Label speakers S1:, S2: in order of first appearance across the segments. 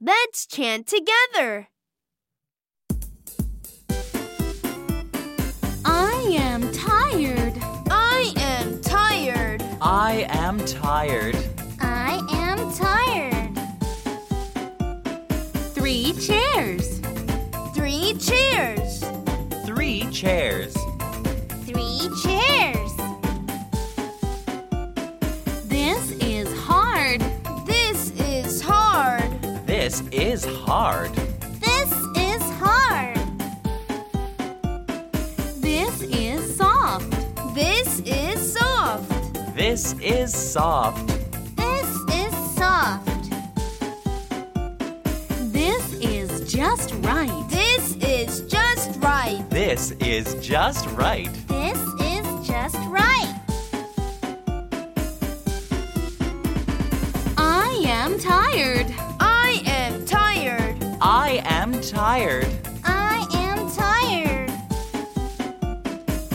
S1: Let's chant together.
S2: I am tired.
S1: I am tired.
S3: I am tired.
S2: I am tired. Three chairs.
S1: Three cheers.
S3: Three chairs.
S2: Three chairs. This is hard.
S1: This is hard.
S3: This is hard.
S2: This is hard. This is soft.
S1: This is soft.
S3: This is soft.
S2: This is soft. This is just right.
S1: This is just right.
S3: This is just right.
S2: This is just right. I am tired.
S1: I am tired.
S3: I am tired.
S2: I am tired.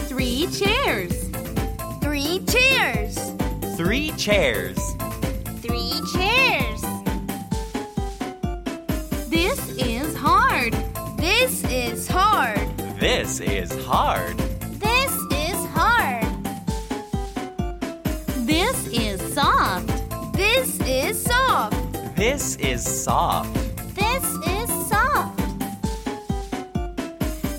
S2: Three chairs.
S1: Three cheers.
S3: Three chairs.
S2: Three chairs. This is hard.
S1: This is hard.
S3: This is hard.
S2: This is hard. This is soft.
S1: This is soft.
S3: This is soft.
S2: This is soft.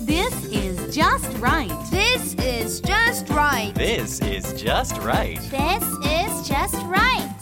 S2: This is just right.
S1: This is just right.
S3: This is just right.
S2: This is just right.